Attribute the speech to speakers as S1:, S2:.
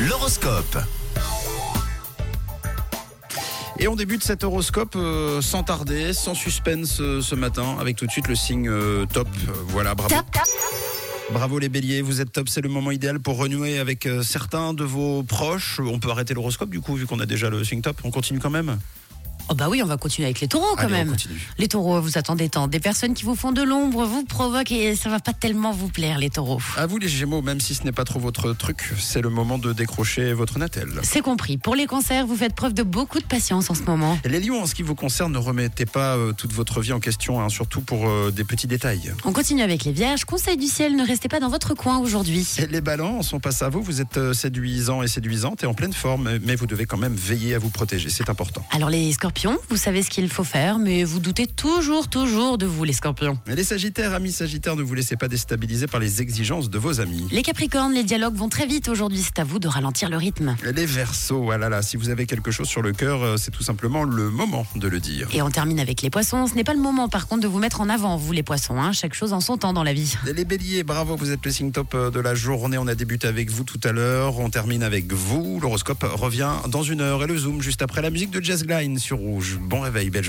S1: l'horoscope.
S2: Et on débute cet horoscope euh, sans tarder, sans suspense euh, ce matin, avec tout de suite le signe euh, top. Euh, Voilà, bravo.
S3: Top, top.
S2: Bravo les béliers, vous êtes top, c'est le moment idéal pour renouer avec euh, certains de vos proches. On peut arrêter l'horoscope du coup, vu qu'on a déjà le signe top. On continue quand même
S3: Oh bah oui, on va continuer avec les taureaux quand
S2: Allez, on
S3: même.
S2: continue.
S3: Les taureaux, vous attendez tant. Des personnes qui vous font de l'ombre, vous provoquent et ça va pas tellement vous plaire, les taureaux.
S2: À vous les gémeaux, même si ce n'est pas trop votre truc, c'est le moment de décrocher votre natelle.
S3: C'est compris. Pour les concerts, vous faites preuve de beaucoup de patience en ce moment.
S2: Les lions, en ce qui vous concerne, ne remettez pas euh, toute votre vie en question, hein, surtout pour euh, des petits détails.
S3: On continue avec les vierges. Conseil du ciel, ne restez pas dans votre coin aujourd'hui. Euh,
S2: Et Les balances, on passe à vous. Vous êtes euh, séduisant et séduisante et en pleine forme, mais vous devez quand même veiller à vous protéger. C'est important.
S3: Alors les scorpions, vous savez ce qu'il faut faire, mais vous doutez toujours, toujours de vous, les scorpions.
S2: Mais Les sagittaires, amis sagittaires, ne vous laissez pas déstabiliser par les exigences de vos amis.
S3: Les capricornes, les dialogues vont très vite aujourd'hui. C'est à vous de ralentir le rythme.
S2: Et Les versos, ah là là, si vous avez quelque chose sur le cœur, euh, c'est tout simplement le moment de le dire.
S3: Et on termine avec les poissons. Ce n'est pas le moment, par contre, de vous mettre en avant, vous, les poissons. hein. Chaque chose en son temps dans la vie.
S2: Et Les béliers, bravo, vous êtes le signe top euh, de la journée. On a débuté avec vous tout à l'heure, on termine avec vous. L'horoscope revient dans une heure et le zoom juste après la musique de Jazz Gline sur Rouge. Bon réveil, belle journée.